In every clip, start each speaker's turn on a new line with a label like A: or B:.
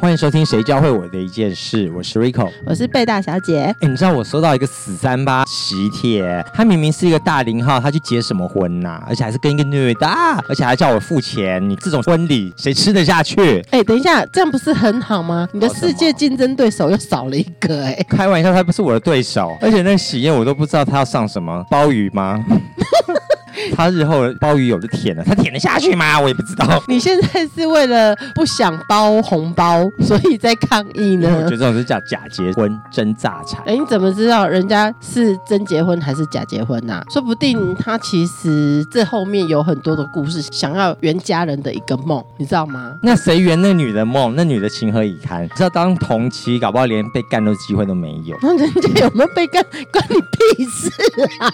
A: 欢迎收听《谁教会我的一件事》，我是 Rico。
B: 我是贝大小姐，
A: 哎，你知道我收到一个死三八喜帖，他明明是一个大龄号，他去结什么婚呐、而且还是跟一个女的啊，而且还叫我付钱，你这种婚礼谁吃得下去？
B: 哎、等一下，这样不是很好吗？你的世界竞争对手又少了一个、哎，
A: 开玩笑，他不是我的对手，而且那个喜宴我都不知道他要上什么鲍鱼吗？ 他日后鲍鱼有的舔了，他舔得下去吗？我也不知道。
B: 你现在是为了不想包红包，所以在抗议
A: 因为我
B: 呢
A: 觉得？这种是叫假结婚真诈财。
B: 哎、你怎么知道人家是真结婚还是假结婚呐、说不定他其实这后面有很多的故事，想要圆家人的一个梦，你知道吗？
A: 那谁圆那女的梦？那女的情何以堪？你知道当同期，搞不好连被干的机会都没有。
B: 那人家有没有被干，关你屁事啊！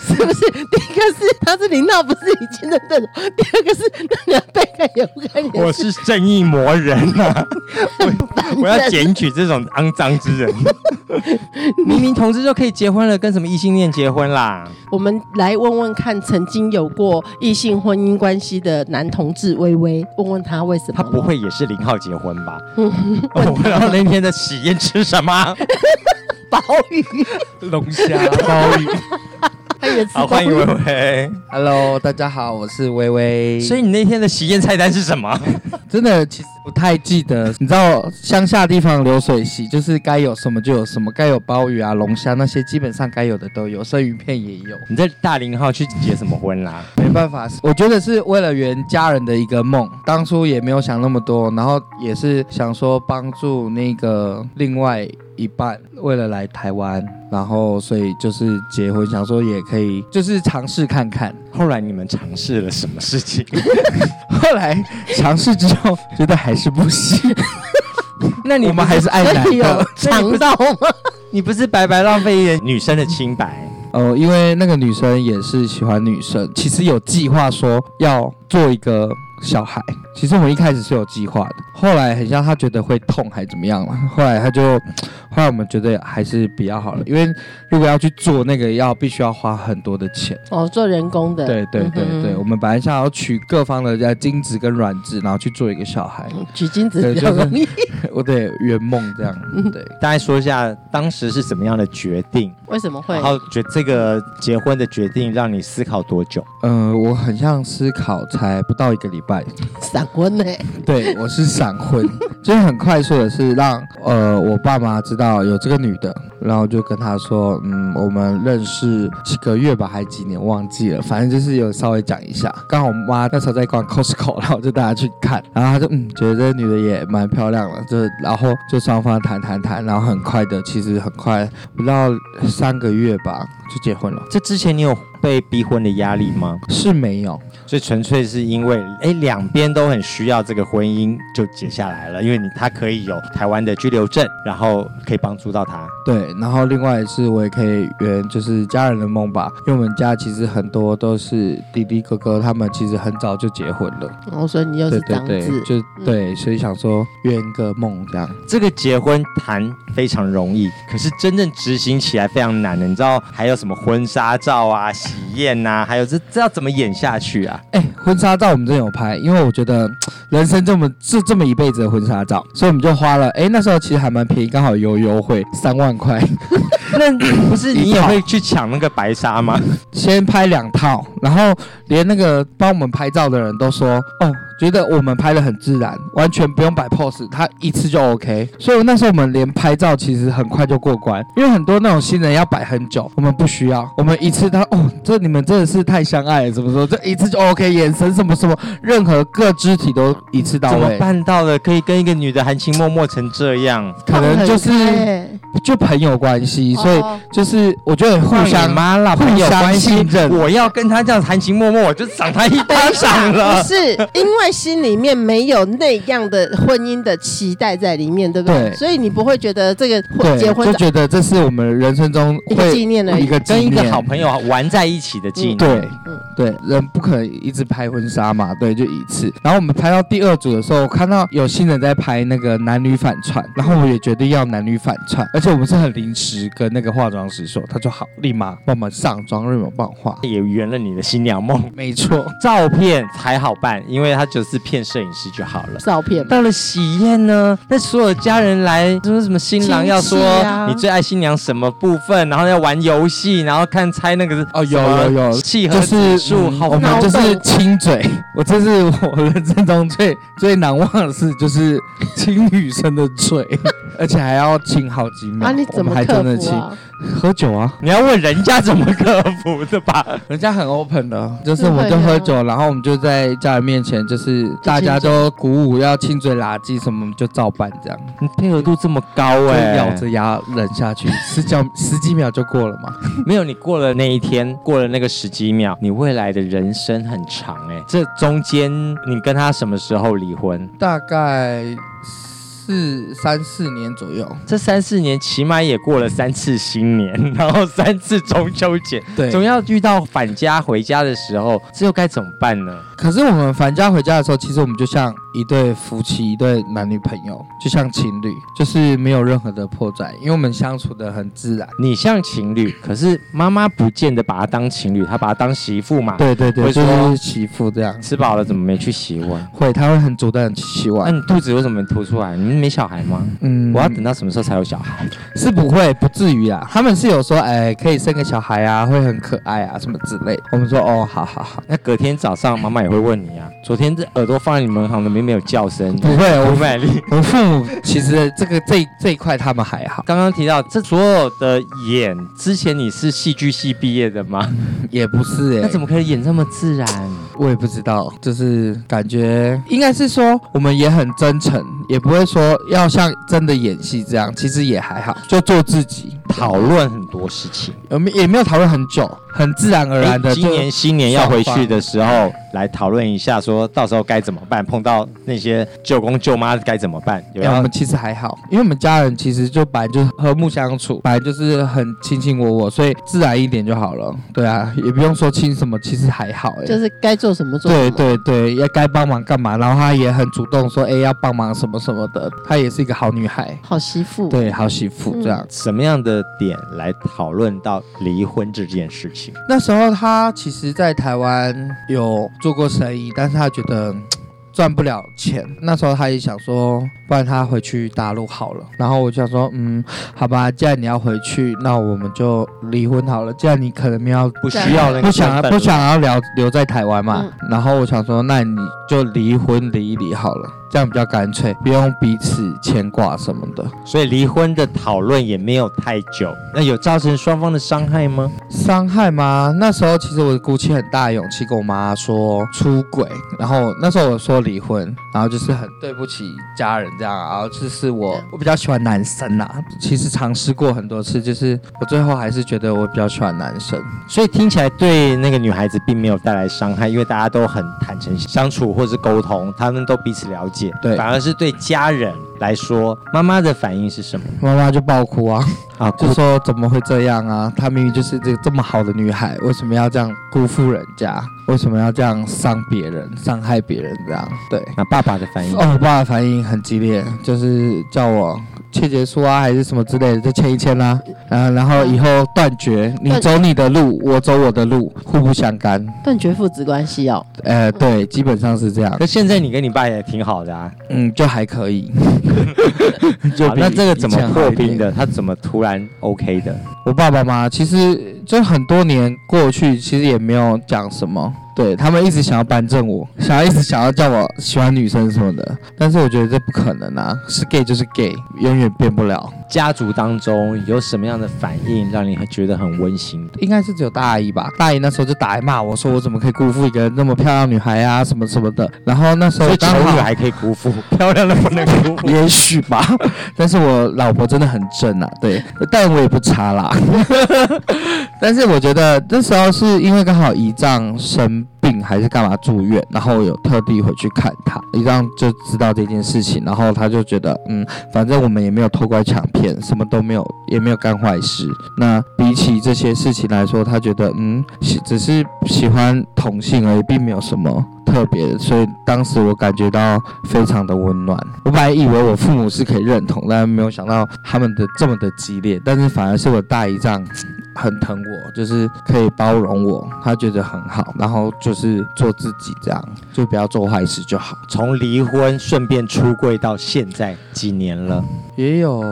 B: 是不是？第一个是他是领导，不是你亲生对手；第二个是那个被干有没有关你的
A: 我是正义魔人 啊！我我要
B: 人
A: 检举这种肮脏之 人。明明同志就可以结婚了，跟什么异性恋结婚啦？
B: 我们来问问看，曾经有过异性婚姻关系的男同志微微，问问他为什么？
A: 他不，会也是零号结婚吧？我然后那天的喜宴吃什么？
B: 鲍鱼，
A: 龙虾鲍 鱼。
B: 他也吃
A: 好，
B: 鲍
A: 欢迎
B: 鱼
A: 微。微。
C: Hello，大家好，我是微微。
A: 所以你那天的喜宴菜单是什么？
C: 真的其实不太记得，你知道乡下地方流水席就是该有什么就有什么，该有鲍鱼啊、龙虾那些，基本上该有的都有，生鱼片也有。
A: 你在大零号去结什么婚啦？
C: 没办法，我觉得是为了圆家人的一个梦，当初也没有想那么多，然后也是想说帮助那个另外一半，为了来台湾，然后所以就是结婚，想说也可以就是尝试看看。
A: 后来你们尝试了什么事情？
C: 后来尝试之后，觉得还是不行。
A: 那你
C: 我们还是爱
B: 所
C: 男
B: 以有
C: 的。
B: 尝到吗？
A: 你不是白白浪费一点 女生的清白？
C: 哦，因为那个女生也是喜欢女生，其实有计划说要做一个小孩。其实我们一开始是有计划的，后来很像她觉得会痛还怎么样了，后来她就，后来我们觉得还是比较好了，因为如果要去做那个要必须要花很多的钱。
B: 哦，做人工的，
C: 对对对
B: 嗯哼
C: 对，我们本来想要取各方的呃精子跟卵子，然后去做一个小孩，
B: 取精子
C: 对
B: 比较
C: 就是
B: 容易。
C: 我得圆梦这样。对，
A: 大概说一下当时是怎么样的决定，
B: 为什么会
A: 然？后觉这个结婚的决定让你思考多久？
C: 呃，我很像思考才不到一个礼拜，
B: 闪婚呢？
C: 对我是闪婚，就是很快速的是让呃我爸妈知道有这个女的，然后就跟她说，嗯，我们认识几个月吧，还几年忘记了，反正就是有稍微讲一下。刚好我妈那时候在逛 Costco，然后我就带她去看，然后她就嗯觉得这个女的也蛮漂亮的，就是然后就双方谈谈谈，然后很快的，其实很快不到三个月吧就结婚了，
A: 这之前你有被逼婚的压力吗？
C: 是没有。
A: 所以纯粹是因为哎两边都很需要这个婚姻就结下来了，因为你他可以有台湾的居留证，然后可以帮助到他。
C: 对，然后另外是我也可以圆就是家人的梦吧，因为我们家其实很多都是弟弟哥哥，他们其实很早就结婚了，
B: 哦，所以你又
C: 对
B: 是
C: 对
B: 长
C: 对，
B: 子，嗯
C: 就对，所以想说圆个梦这样。
A: 这个结婚谈非常容易，可是真正执行起来非常难的。你知道还有什么婚纱照啊、喜宴呐、还有这这要怎么演下去啊？
C: 哎，婚纱照我们真的有拍，因为我觉得人生这么这这么一辈子的婚纱照，所以我们就花了，哎，那时候其实还蛮便宜，刚好有优惠三万块，
A: 那不是你
C: 一
A: 也
C: 套
A: 会去抢那个白纱吗？
C: 先拍两套，然后连那个帮我们拍照的人都说，哦，觉得我们拍的很自然，完全不用摆 pose，他一次就 OK。所以那时候我们连拍照其实很快就过关，因为很多那种新人要摆很久，我们不需要，我们一次他哦，这你们真的是太相爱了，怎么说？这一次就 OK，眼神什么什么，任何各肢体都一次到
A: 怎么
C: 位，
A: 办到的？可以跟一个女的含情脉脉成这样？
C: 可能就是
B: 放很开欸
C: 就朋友关系，所以
B: 哦
C: 就是我觉得互
A: 让你
C: 相
A: 妈啦，
C: 互
A: 朋友
C: 相
A: 关系
C: 信任
A: 我要跟她这样含情脉脉，我就赏她一巴掌
B: 不
A: 了。
B: 是因为在心里面没有那样的婚姻的期待在里面，对不对？
C: 对
B: 所以你不会觉得这个婚
C: 对，
B: 结婚
C: 就
B: 的
C: 觉得这是我们人生中
B: 一个纪
C: 会
B: 念而
C: 一
B: 已。
C: 个纪
A: 跟一
C: 念
A: 个好朋友啊玩在一起的纪念。
C: 啊对，
B: 嗯
C: 对，人不可能一直拍婚纱嘛，对，就一次。然后我们拍到第二组的时候，我看到有新人在拍那个男女反串，然后我也决定要男女反串，而且我们是很临时跟那个化妆师说，他说好，立马帮我们上妆，立马帮我化。
A: 也圆了你的新娘梦。
C: 没错，
A: 照片还好办，因为他就是骗摄影师就好了。
B: 照片嘛，
A: 到了喜宴呢，那所有家人来，说什么新郎要说
B: 亲戚啊
A: 你最爱新娘什么部分，然后要玩游戏，然后看猜那个是
C: 哦有
A: 什么
C: 有有
A: 契合
C: 就
A: 指
C: 是
A: 数，
C: 嗯
A: 好
C: 我
A: 闹
C: 们就
A: 洞
C: 是亲嘴，我这是 我人生中最最难忘的事，就是亲女生的嘴， 而且还要亲好几秒。
B: 啊，你
C: 我
B: 怎
C: 们
B: 么
C: 还
B: 克
C: 真的
B: 服
C: 亲？
B: 啊？
C: 喝酒啊。
A: 你要问人家怎么克服的吧？
C: 人家很 open 的，就是
B: 是
C: 我们
B: 会
C: 就
B: 的
C: 喝酒，然后我们就在家人面前，就是嗯大家都鼓舞要亲嘴垃圾什么，我们就照办这样，
A: 你配合度这么高
C: 就
A: 哎、
C: 咬着牙忍下去，十几十几秒就过了嘛。
A: 没有，你过了那一天，过了那个十几秒，你未来的人生很长哎、这中间你跟他什么时候离婚？
C: 大概四三四年左右，
A: 这三四年起码也过了三次新年，然后三次中秋节，
C: 对
A: 总要遇到返家回家的时候，这又该怎么办呢？
C: 可是我们返家回家的时候，其实我们就像一对夫妻，一对男女朋友，就像情侣，就是没有任何的破绽，因为我们相处的很自然。
A: 你像情侣，可是妈妈不见得把他当情侣，她把他当媳妇嘛。
C: 对对
A: 会
C: 对，
A: 说
C: 就是媳妇这样，
A: 吃饱了怎么没去洗碗？
C: 会他会很主动地洗
A: 那、
C: 碗。
A: 你肚子为什么没凸出来？你们没小孩吗？
C: 嗯
A: 我要等到什么时候才有小孩？
C: 是不会，不至于啊。他们是有说，哎，可以生个小孩啊，会很可爱啊，什么之类。我们说，哦，好好好，
A: 那隔天早上妈妈也会问你啊，昨天这耳朵放在你门旁的，明明没有叫声。
C: 不会，
A: 吴
C: 我
A: 美丽，
C: 我父母其实这个这这一块他们还好，
A: 刚刚提到这所有的演，之前你是戏剧系毕业的吗？
C: 也不是哎、
A: 那怎么可以演这么自然？
C: 我也不知道，就是感觉应该是说我们也很真诚，也不会说要像真的演戏这样，其实也还好，就做自己。
A: 讨论很多事情。
C: 我们也没有讨论很久，很自然而然的
A: 诶
C: 就。
A: 哎今年新年要回去的时候，来讨论一下，说到时候该怎么办，碰到那些舅公舅妈该怎么办？有
C: 哎、我
A: 要
C: 们其实还好，因为我们家人其实就本来就是和睦相处，本来就是很卿卿我我，所以自然一点就好了。对啊，也不用说亲什么，其实还好哎、
B: 就是该做什么做什
C: 对
B: 么。
C: 对对，要该帮忙干嘛，然后她也很主动说，哎、要帮忙什么什么的，她也是一个好女孩，
B: 好媳妇。
C: 对，好媳妇
B: 嗯
C: 这样。
A: 什么样的点来讨论到离婚这件事情？
C: 那时候她其实，在台湾有做过生意，但是她觉得。嘖赚不了钱，那时候她也想说，不然她回去大陆好了。然后我就想说，嗯，好吧，既然你要回去，那我们就离婚好了。既然你可能没有
A: 不需要那个
C: 不想啊
A: 身份
C: 不想要留留在台湾嘛，
B: 嗯
C: 然后我想说，那你就离婚离一离好了，这样比较干脆，不用彼此牵挂什么的。
A: 了，所以离婚的讨论也没有太久。那有造成双方的伤害吗？
C: 伤害吗？那时候其实我鼓起很大的勇气跟我妈说出轨，然后那时候我说离婚，然后就是很对不起家人这样，然后就是我我比较喜欢男生啦，其实尝试过很多次，就是我最后还是觉得我比较喜欢男生。
A: 所以听起来对那个女孩子并没有带来伤害，因为大家都很坦诚相处或是沟通，他们都彼此了解。
C: 对
A: 反而是对家人来说，妈妈的反应是什么？
C: 妈妈就爆哭啊，
A: 啊，
C: 就说怎么会这样啊？她明明就是这个这么好的女孩，为什么要这样辜负人家？为什么要这样伤别人、伤害别人这样？对。
A: 那爸爸的反应。
C: 哦，我爸的反应很激烈，就是叫我切结束啊，还是什么之类的，就签一签啦、嗯、然后以后断绝，你
B: 断
C: 走你的路，我走我的路，互不相干。
B: 断绝父子关系哦，
C: 呃，对，基本上是这样。
A: 那现在你跟你爸也挺好的啊，
C: 嗯，就还可 以。
A: 好那这个怎么破冰
C: 的？
A: 的？他怎么突然 OK 的？
C: 我爸爸妈妈其实就很多年过去，其实也没有讲什么。对他们一直想要扳正我，想要一直想要叫我喜欢女生什么的，但是我觉得这不可能啊，是 gay 就是 gay，永远变不了。
A: 家族当中有什么样的反应让你觉得很温馨的？
C: 应该是只有大阿姨吧，大阿姨那时候就打来骂我说我怎么可以辜负一个那么漂亮女孩啊什么什么的。然后那时
A: 所
C: 候
A: 以丑
C: 刚好
A: 女还可以辜负， 漂亮的不能辜负。
C: 也许吧， 但是我老婆真的很正啊， 对，但我也不差啦。但是我觉得那时候是因为刚好姨丈生病，病还是干嘛住院，然后有特地回去看他，一让就知道这件事情，然后他就觉得，嗯，反正我们也没有偷拐抢骗，什么都没有，也没有干坏事。那比起这些事情来说，他觉得，嗯，喜只是喜欢同性而已，并没有什么。特别的，所以当时我感觉到非常的温暖。我本来以为我父母是可以认同，但没有想到他们的这么的激烈，但是反而是我大姨丈很疼我，就是可以包容我，他觉得很好，然后就是做自己这样，就不要做坏事就好。
A: 从离婚顺便出柜到现在几年了，
C: 也有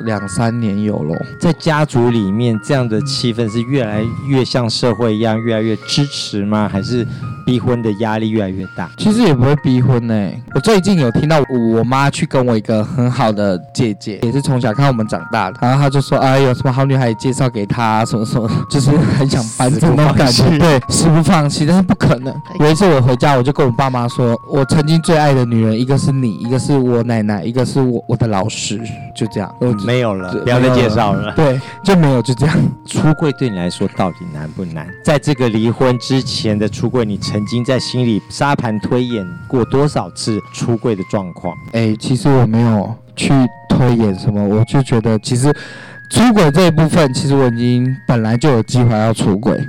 C: 两三年有咯，
A: 在家族里面这样的气氛是越来越像社会一样越来越支持吗？还是逼婚的压力越来越大？
C: 其实也不会逼婚呢、我最近有听到我妈去跟我一个很好的姐姐，也是从小看我们长大的，然后她就说：“哎，有什么好女孩也介绍给她，啊什么什么， 就是很想搬这种感
A: 死不放弃，
C: 觉对，死不放弃，但是不可能。”有一次我回家，我就跟我爸妈说：“我曾经最爱的女人，一个是你，一个是我奶奶，一个是我我的老师，就这样。”我
A: 没有了
C: 这，
A: 不要再介绍了。
C: 对，就没有就这样。
A: 出柜对你来说到底难不难？在这个离婚之前的出柜，你曾经在心里沙盘推演过多少次出柜的状况？
C: 哎、其实我没有去推演什么，我就觉得其实出轨这一部分，其实我已经本来就有计划要出轨，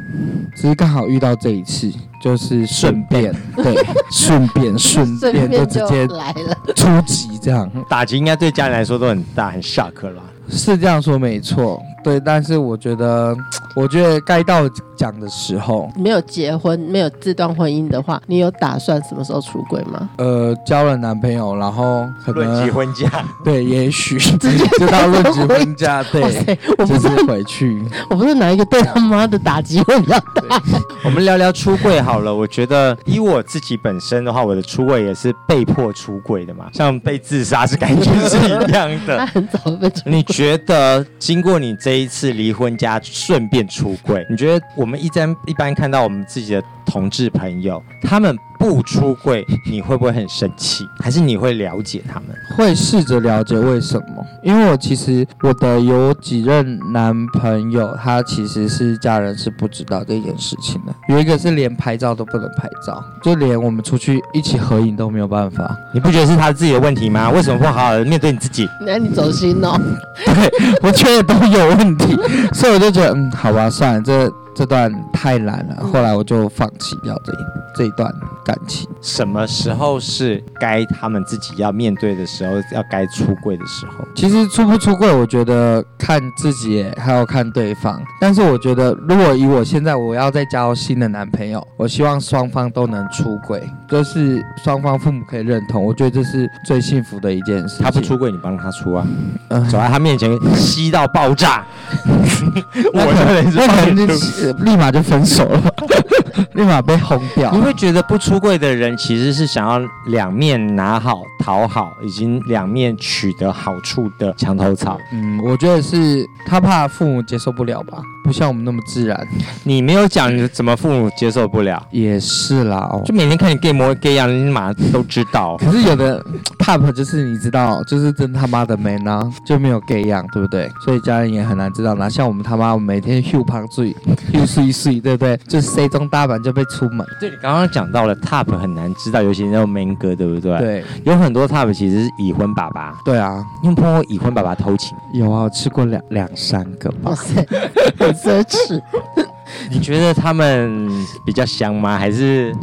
C: 只是刚好遇到这一次，就是顺便，对，顺 便顺
B: 顺
C: 便就
B: 便
C: 直
B: 就
C: 接
B: 来了。
C: 出击这样。
A: 打击应该对家人来说都很大，很 shock 啦。
C: 是这样说没错，对，但是我觉得，我觉得该到讲的时候，
B: 没有结婚，没有这段婚姻的话，你有打算什么时候出轨吗？
C: 呃，交了男朋友，然后可
A: 论及
C: 能啊
A: 婚嫁，
C: 对，也许就到论及婚嫁，
B: 哇
C: 对，
B: 塞，我
C: 就
B: 不知
C: 是
B: 道，
C: 回去。
B: 我不知道哪一个对他妈的打击会比较大。
A: 我们聊聊出柜好了。我觉得以我自己本身的话，我的出柜也是被迫出柜的嘛，像被自杀是感觉是一样
B: 他
A: 的。
B: 很早被出
A: 你觉得经过你这一次离婚加顺便出柜，你觉得我们一般一般看到我们自己的同志朋友，他们不出柜，你会不会很生气？还是你会了解他们？
C: 会试着了解为什么，因为我其实我的有几任男朋友，他其实是家人是不知道这件事情的。有一个是连拍照都不能拍照，就连我们出去一起合影都没有办法。
A: 你不觉得是他自己的问题吗？为什么不好好的面对你自己？
B: 那你走心哦，
C: 我觉得都有问题， 所以我就觉得，嗯，好吧，算了，这这段太难了。后来我就放弃掉这一这一段感情。
A: 什么时候是该他们自己要面对的时候，要该出柜的时候？
C: 其实出不出柜，我觉得看自己耶还有看对方。但是我觉得，如果以我现在我要再交新的男朋友，我希望双方都能出柜，就是双方父母可以认同，我觉得这是最幸福的一件事情。
A: 他不出柜，你帮他出啊！
C: 嗯，
A: 走在他面前吸到爆炸，
C: 那
A: 我这
C: 可
A: 人是
C: 能那 可
A: 帮
C: 能
A: 你
C: 就
A: 出。
C: 是立马就分手了， 立马被轰掉
A: 你。会觉得不出柜的人其实是想要两面拿好、讨好，以及两面取得好处的墙头草。
C: 嗯，我觉得是他怕父母接受不了吧，不像我们那么自然。
A: 你没有讲你怎么父母接受不了，
C: 也是啦，哦。
A: 就每天看你 gay 模 gay 样，你马上都知 道。
C: 可是有的 top 就是你知道，就是真他妈的 man 啊，就没有 gay 样，对不对？所以家人也很难知道哪像我们他妈，我们每天 h 胖醉 h 碎碎，对不对？就是 C 中大板就被出门，
A: 对你刚刚讲到了 top 很难知道，尤其是那种 man 哥，对不对？，
C: 对
A: 有很多 top 其实是已婚爸爸。
C: 对啊，
A: 你有碰过已婚爸爸偷情？
C: 有啊，我吃过两两三个
B: 哇
C: 吧。
B: 塞，很奢侈。
A: 你觉得他们比较香吗？还是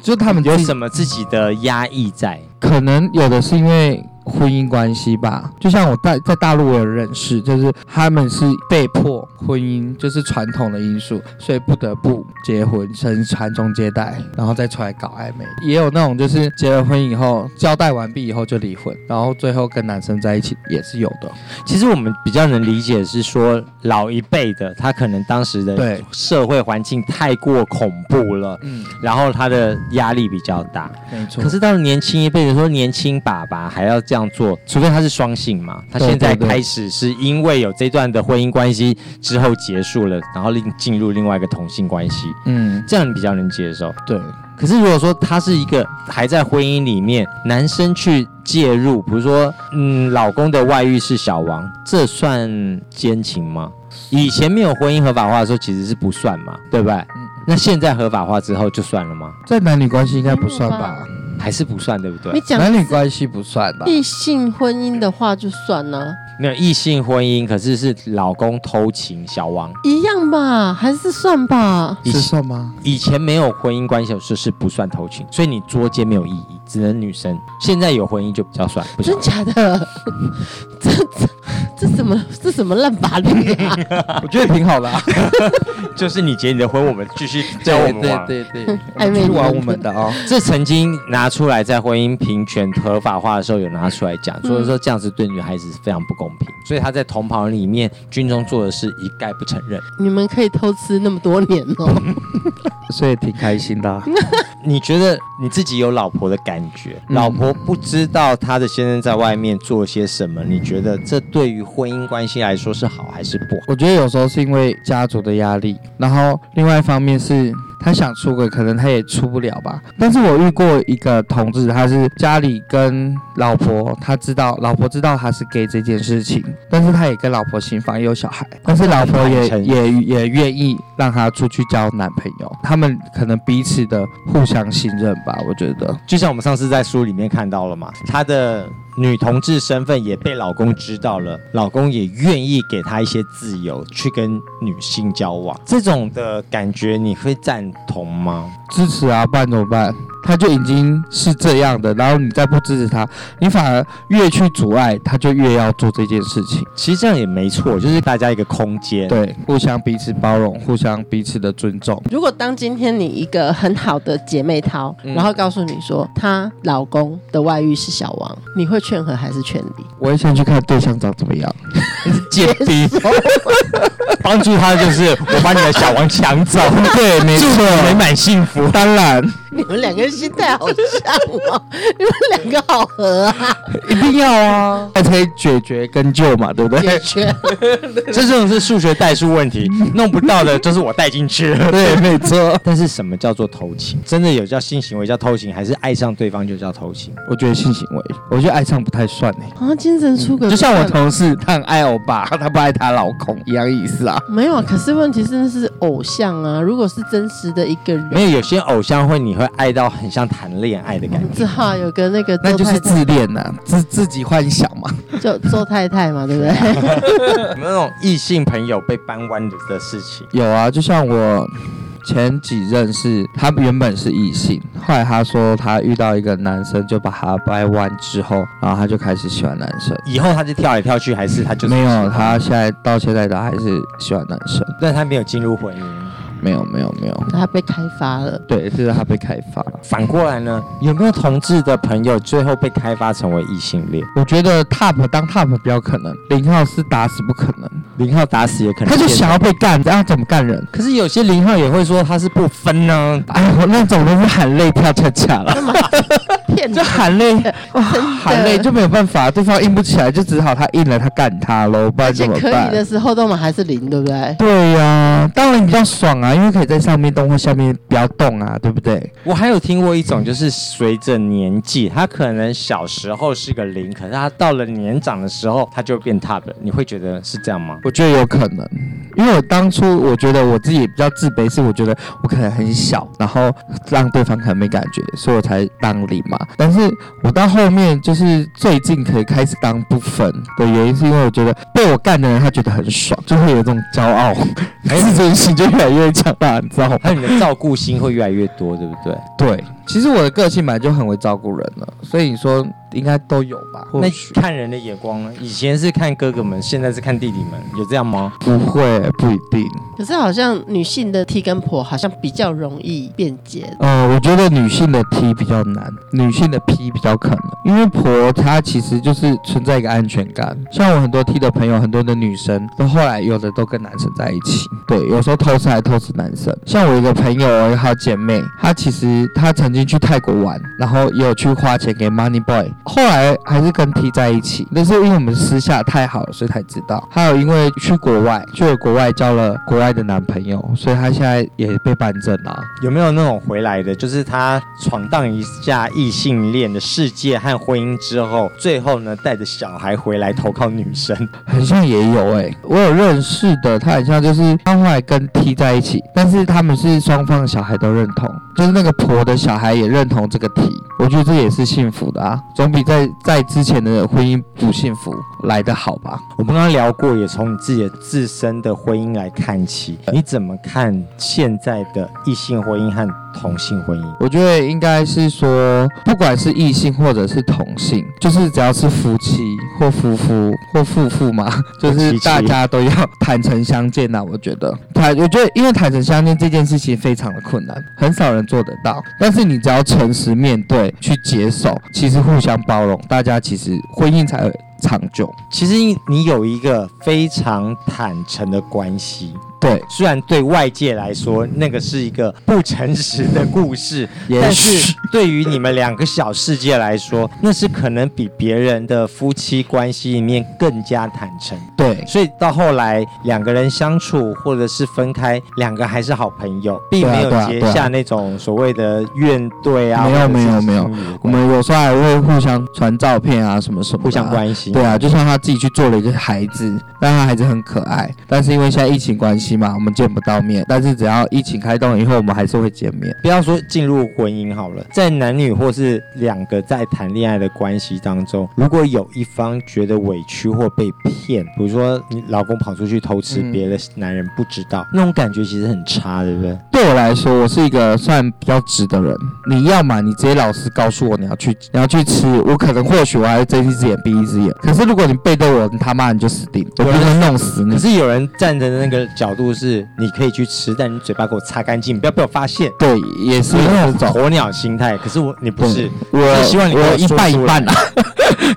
C: 就他
A: 他
C: 们
A: 有
C: 自己
A: 什么自己的压抑在？
C: 可能有的是因为婚姻关系吧，就像我在在大陆我有认识，就是他们是被迫婚姻，就是传统的因素，所以不得不结婚生传宗接代，然后再出来搞暧昧。也有那种就是结了婚以后交代完毕以后就离婚，然后最后跟男生在一起也是有的。
A: 其实我们比较能理解是说，老一辈的他可能当时的
C: 对，
A: 社会环境太过恐怖了，
C: 嗯，
A: 然后他的压力比较大。
C: 没错
A: 可。是到了年轻一辈的时候，年轻爸爸还要这样做，除非他是双性嘛。他
C: 对
A: 现在
C: 对对
A: 开始是因为有这段的婚姻关系之后结束了，然后另进入另外一个同性关系，
C: 嗯，
A: 这样你比较能接受。
C: 对，
A: 可是如果说他是一个还在婚姻里面，男生去介入，比如说，嗯，老公的外遇是小王，这算奸情吗？以前没有婚姻合法化的时候，其实是不算嘛，对不对？
C: 嗯
A: 那现在合法化之后就算了吗？
C: 在男女关系应该不算吧？
A: 还是不算，对不
B: 你
A: 对？
B: 讲
C: 男女关系不算吧？
B: 异性婚姻的话就算了，
A: 没有异性婚姻，可是是老公偷情小王。
B: 一样吧，还是算吧。
A: 以
C: 是算吗？
A: 以前没有婚姻关系的时候是不算偷情，所以你捉奸没有意义，只能女生。现在有婚姻就比较算，不行
B: 真。假的？ 这这这什么这什么烂法律啊？
C: 我觉得挺好的啊。
A: 就是你结你的婚，我们继续教我们玩。
C: 对对对，
B: 暧昧
C: 去玩
B: 理论
C: 我们的哦。
A: 这曾经拿出来在婚姻平权合法化的时候有拿出来讲，所以说这样子对女孩子非常不公平。所以他在同袍里面，军中做的事一概不承认。
B: 你们可以偷吃那么多年哦。
C: 所以挺开心的啊、
A: 你觉得你自己有老婆的感觉，
C: 嗯
A: 老婆不知道她的先生在外面做些什么，你觉得这对于婚姻关系来说是好还是不好？
C: 我觉得有时候是因为家族的压力，然后另外一方面是他想出轨，可能他也出不了吧。但是我遇过一个同志，他是家里跟老婆，他知道老婆知道他是 gay 这件事情，但是他也跟老婆新房也有小孩，但是老 婆也
A: 很坦诚
C: 也也愿意让他出去交男朋友，他们可能彼此的互相信任吧，我觉得。
A: 就像我们上次在书里面看到了嘛，她的女同志身份也被老公知道了，老公也愿意给她一些自由去跟女性交往，这种的感觉你会赞同吗？
C: 支持啊，不然怎么办？他就已经是这样的，然后你再不支持他，你反而越去阻碍，他就越要做这件事情。
A: 其实这样也没错，就是大家一个空间。
C: 对，互相彼此包容，互相彼此的尊重。
B: 如果当今天你一个很好的姐妹淘，
A: 嗯
B: 然后告诉你说她老公的外遇是小王，你会劝和还是劝离？
C: 我会先去看对象长怎么样。
A: 借 逼，帮助他就是我把你的小王抢 走，
C: 对，没
A: 祝你美
C: 错，
A: 满幸福。
C: 当然
B: 你们两个心态好像哦， 你们两个好合啊，
C: 一定要啊，才可以解决根究嘛，对不
B: 也
C: 对？
B: 觉
A: 这种是数学代数问 题，弄不到的就是我带进去了。
C: 对，没错。
A: 但是什么叫做偷情？真的有叫性行为叫偷情，还是爱上对方就叫偷情？
C: 我觉得性行为，我觉得爱上不太算哎、
B: 好像啊精神出轨，
C: 就像我同事，她很爱欧巴，她不爱她老公一样意思啊。
B: 没有啊，可是问题是那是偶像啊，如果是真实的一个人，
A: 没有，有些偶像会你会爱到很像谈恋爱的感觉。
B: 只好有个那个
C: 那
B: 周
C: 就是
B: 太太，
C: 自恋呐、啊自自己幻想嘛。
B: 就周太太嘛，对不 对？
A: 有没有那种异性朋友被搬弯的的事情？
C: 有啊，就像我前几任是，他原本是异性，后来他说他遇到一个男生，就把他掰弯之后，然后他就开始喜欢男生。
A: 以后他就跳来跳去，还是他就是
C: 没有，他现在到现在都还是喜欢男生。
A: 但他没有进入婚姻。
C: 没有，没有，没有。
B: 他被开发了，
C: 对，这是他被开发。
A: 反过来呢，有没有同志的朋友最后被开发成为异性恋？
C: 我觉得 top 当 top 比较可能，零号是打死不可能，
A: 零号打死也可能
C: 他就
A: 变成
C: 想要被干，然后怎么干人？
A: 可是有些零号也会说他是不分呢、
C: 哎呦，那种都是含泪跳恰恰了，
B: 骗
C: 就
B: 人
C: 啊含泪，哇含泪就没有办法，对方硬不起来，就只好他硬了，他干他喽，不
B: 而
C: 然
B: 且
C: 怎么
B: 可
C: 办
B: 以？的时候，都嘛还是零，对不对？
C: 对呀、当然比较爽啊，因为可以在上面动或下面不要动啊，对不对？
A: 我还有听过一种，就是随着年纪，他可能小时候是个零，可是他到了年长的时候，他就变 top 了。你会觉得是这样吗？
C: 我觉得有可能，因为我当初我觉得我自己也比较自卑，是我觉得我可能很小，然后让对方可能没感觉，所以我才当零嘛。但是我到后面就是最近可以开始当不分的原因，是因为我觉得被我干的人他觉得很爽，就会有一种骄傲，
B: 哎
C: 自尊心就越来越强大，你知道吗？
A: 还有你的照顾心会越来越多，对不对？
C: 对，其实我的个性本来就很会照顾人了，所以你说应该都有吧？或
A: 那
C: 许
A: 看人的眼光呢？以前是看哥哥们，现在是看弟弟们，有这样吗？
C: 不会，不一定。
B: 可是好像女性的 T 跟婆好像比较容易便捷，
C: 呃，我觉得女性的 T 比较难，女性的 P 比较可能，因为婆她其实就是存在一个安全感。像我很多 T 的朋友，很多的女生都后来有的都跟男生在一起，对，有时候偷吃还偷吃男生。像我一个朋友，哦我一个好姐妹，她其实她曾经去泰国玩，然后也有去花钱给 Money Boy，后来还是跟 T 在一起，但是因为我们私下太好了，所以才知道。还有因为去国外，去了国外交了国外外的男朋友，所以她现在也被办证了、
A: 有没有那种回来的，就是他闯荡一下异性恋的世界和婚姻之后，最后呢带着小孩回来投靠女生？
C: 很像也有哎、我有认识的，他很像就是他后来跟 T 在一起，但是他们是双方小孩都认同，就是那个婆的小孩也认同这个 T，我觉得这也是幸福的啊，总比在在之前的婚姻不幸福来得好吧？
A: 我们刚刚聊过，也从你自己的自身的婚姻来看起，你怎么看现在的异性婚姻和同性婚姻？
C: 我觉得应该是说，不管是异性或者是同性，就是只要是夫妻或夫妇或夫妇嘛， 就是
A: 夫妻
C: 大家都要坦诚相见呐、我觉得坦，我觉得因为坦诚相见这件事情非常的困难，很少人做得到。但是你只要诚实面对，去接受，其实互相包容，大家其实婚姻才会长久。
A: 其实你你有一个非常坦诚的关系，
C: 对，
A: 虽然对外界来说那个是一个不诚实的故事，
C: 也
A: 但
C: 许
A: 是对于你们两个小世界来说，那是可能比别人的夫妻关系里面更加坦诚。
C: 对，
A: 所以到后来两个人相处，或者是分开，两个还是好朋友，并
C: 对啊
A: 没有
C: 对啊
A: 结
C: 对啊
A: 下那种所谓的怨怼啊，
C: 没有
A: 或者是
C: 没有没有
A: 亲密的关系
C: 我们有时候还会互相传照片啊，什么什么的啊、
A: 互相关心。
C: 对啊，就像他自己去做了一个孩子，但他孩子很可爱，但是因为现在疫情关系嘛，我们见不到面，但是只要疫情开动以后，我们还是会见面。
A: 不要说进入婚姻好了，在男女或是两个在谈恋爱的关系当中，如果有一方觉得委屈或被骗，比如说你老公跑出去偷吃
C: 嗯
A: 别的男人不知道，那种感觉其实很差，对不对？
C: 对我来说，我是一个算比较直的人。你要嘛，你直接老实告诉我你要去你要去吃，我可能或许我还会睁一只眼闭一只眼。可是如果你背对我，你他妈你就死定了，我不能弄死你
A: 可。是有人站的那个角度是，你可以去吃，但你嘴巴给我擦干净，不要被我发现。
C: 对，也是
A: 是
C: 有
A: 那
C: 这
A: 种
C: 种。
A: 鸵鸟心态，可是我你不是，
C: 我
A: 是希望你给
C: 我
A: 我
C: 一
A: 说
C: 半一
A: 出
C: 半 啊。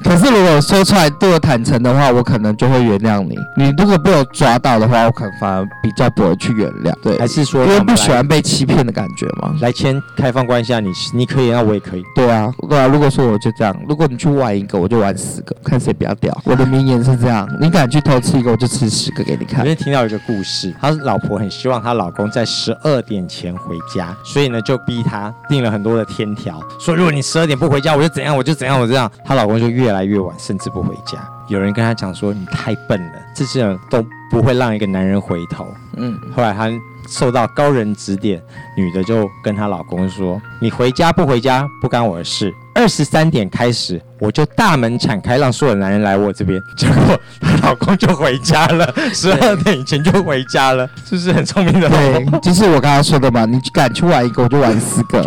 C: 可是如果说出来对我坦诚的话，我可能就会原谅你。你如果被我抓到的话，我可能反而比较不会去原谅。对，
A: 还是说
C: 因为
A: 我们
C: 不
A: 来
C: 喜欢被欺骗的感觉嘛。
A: 来签开放关系啊，你你可以，那我也可以。
C: 对啊，对啊。如果说我就这样，如果你去玩一个，我就玩十个，看谁比较屌。我的名言是这样：你敢去偷吃一个，我就吃十个给你
A: 我
C: 看。
A: 就听到一个故事，她老婆很希望她老公在十二点前回家，所以呢就逼她定了很多的天条，说如果你十二点不回家，我就怎样，我就怎样，我就这样。她老公就越来越晚，甚至不回家。有人跟她讲说你太笨了，这种都不会让一个男人回头。
C: 嗯，
A: 后来她受到高人指点，女的就跟她老公说：“你回家不回家不干我的事。”二十三点开始，我就大门敞开，让所有男人来我这边。 结果她老公就回家了，十二点以前就回家了，是不是很聪明的老公？
C: 嗯对，就是我刚刚说的嘛，你敢去玩一个，我就玩十 个，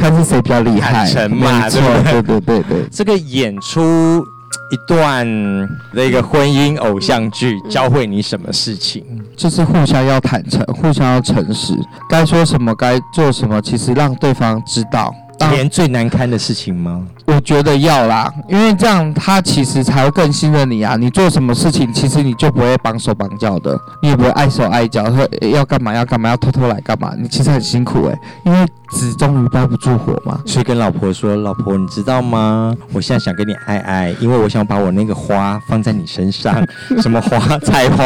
C: 看是谁比较厉害。
A: 坦诚嘛
C: 没错
A: 对不，
C: 对对对对。
A: 这个演出一段那个婚姻偶像剧，
C: 嗯
A: 教会你什么事情？
C: 就是互相要坦诚，互相要诚实，该说什么该做什么，其实让对方知道。当
A: 连最难堪的事情吗？
C: 我觉得要啦，因为这样他其实才会更信任你啊。你做什么事情，其实你就不会绑手绑脚的，你也不会碍手碍脚，说诶要干嘛要干嘛，要偷偷来干嘛。你其实很辛苦诶、欸因为纸终于包不住火 嘛。
A: 所以跟老婆说：“老婆，你知道吗？我现在想跟你爱爱，因为我想把我那个花放在你身上，什么花，菜花，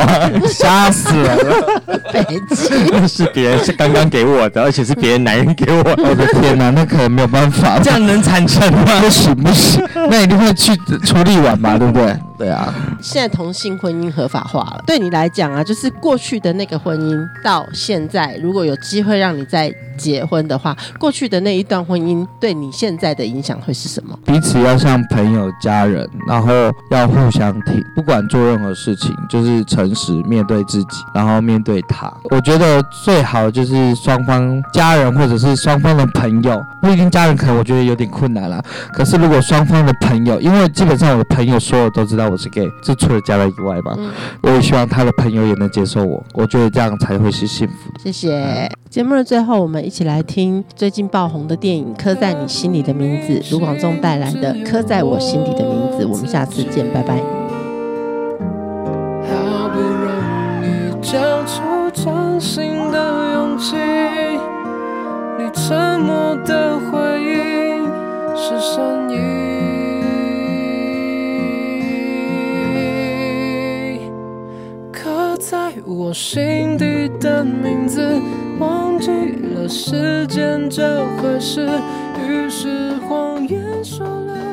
C: 吓死人了！
B: 北京
A: 是别人是刚刚给我的，而且是别人男人给我
C: 我
A: 的，
C: 的天哪，那可能没有办法，
A: 这样能产生吗
C: 不行不行，那一定会去处理完吧，对不对？对啊，
B: 现在同性婚姻合法化了，对你来讲啊，就是过去的那个婚姻到现在，如果有机会让你再结婚的话，过去的那一段婚姻对你现在的影响会是什么？
C: 彼此要像朋友、家人，然后要互相挺，不管做任何事情，就是诚实面对自己，然后面对他。我觉得最好就是双方家人或者是双方的朋友，不一定家人，可能我觉得有点困难啦。可是如果双方的朋友，因为基本上我的朋友所有都知道我是 gay，就除了家人以外吧，
B: 嗯
C: 我也希望他的朋友也能接受我，我觉得这样才会是幸福的。
B: 谢谢。节目的最后，我们一起来听最近爆红的电影《刻在你心里的名字》，卢广仲带来的《刻在我心里的名字》。我们下次见，拜拜。
D: 好不容易交出真心的勇气，你沉默的回应是善意。刻在我心底的名字，忘记了时间这回事，于是谎言说了。